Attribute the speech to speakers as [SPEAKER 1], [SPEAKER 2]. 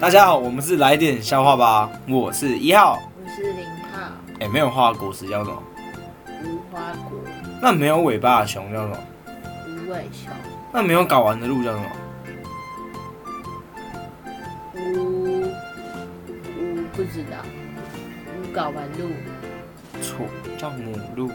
[SPEAKER 1] 大家好，我们是来点笑话吧，我是一号。
[SPEAKER 2] 我是零号
[SPEAKER 1] 哎、没有花的果实叫什么？
[SPEAKER 2] 无花果
[SPEAKER 1] 那没有尾巴的熊叫什么？
[SPEAKER 2] 无尾熊
[SPEAKER 1] 那没有搞完的路叫什么？
[SPEAKER 2] 无无不知道无睾丸鹿
[SPEAKER 1] 错，叫母鹿。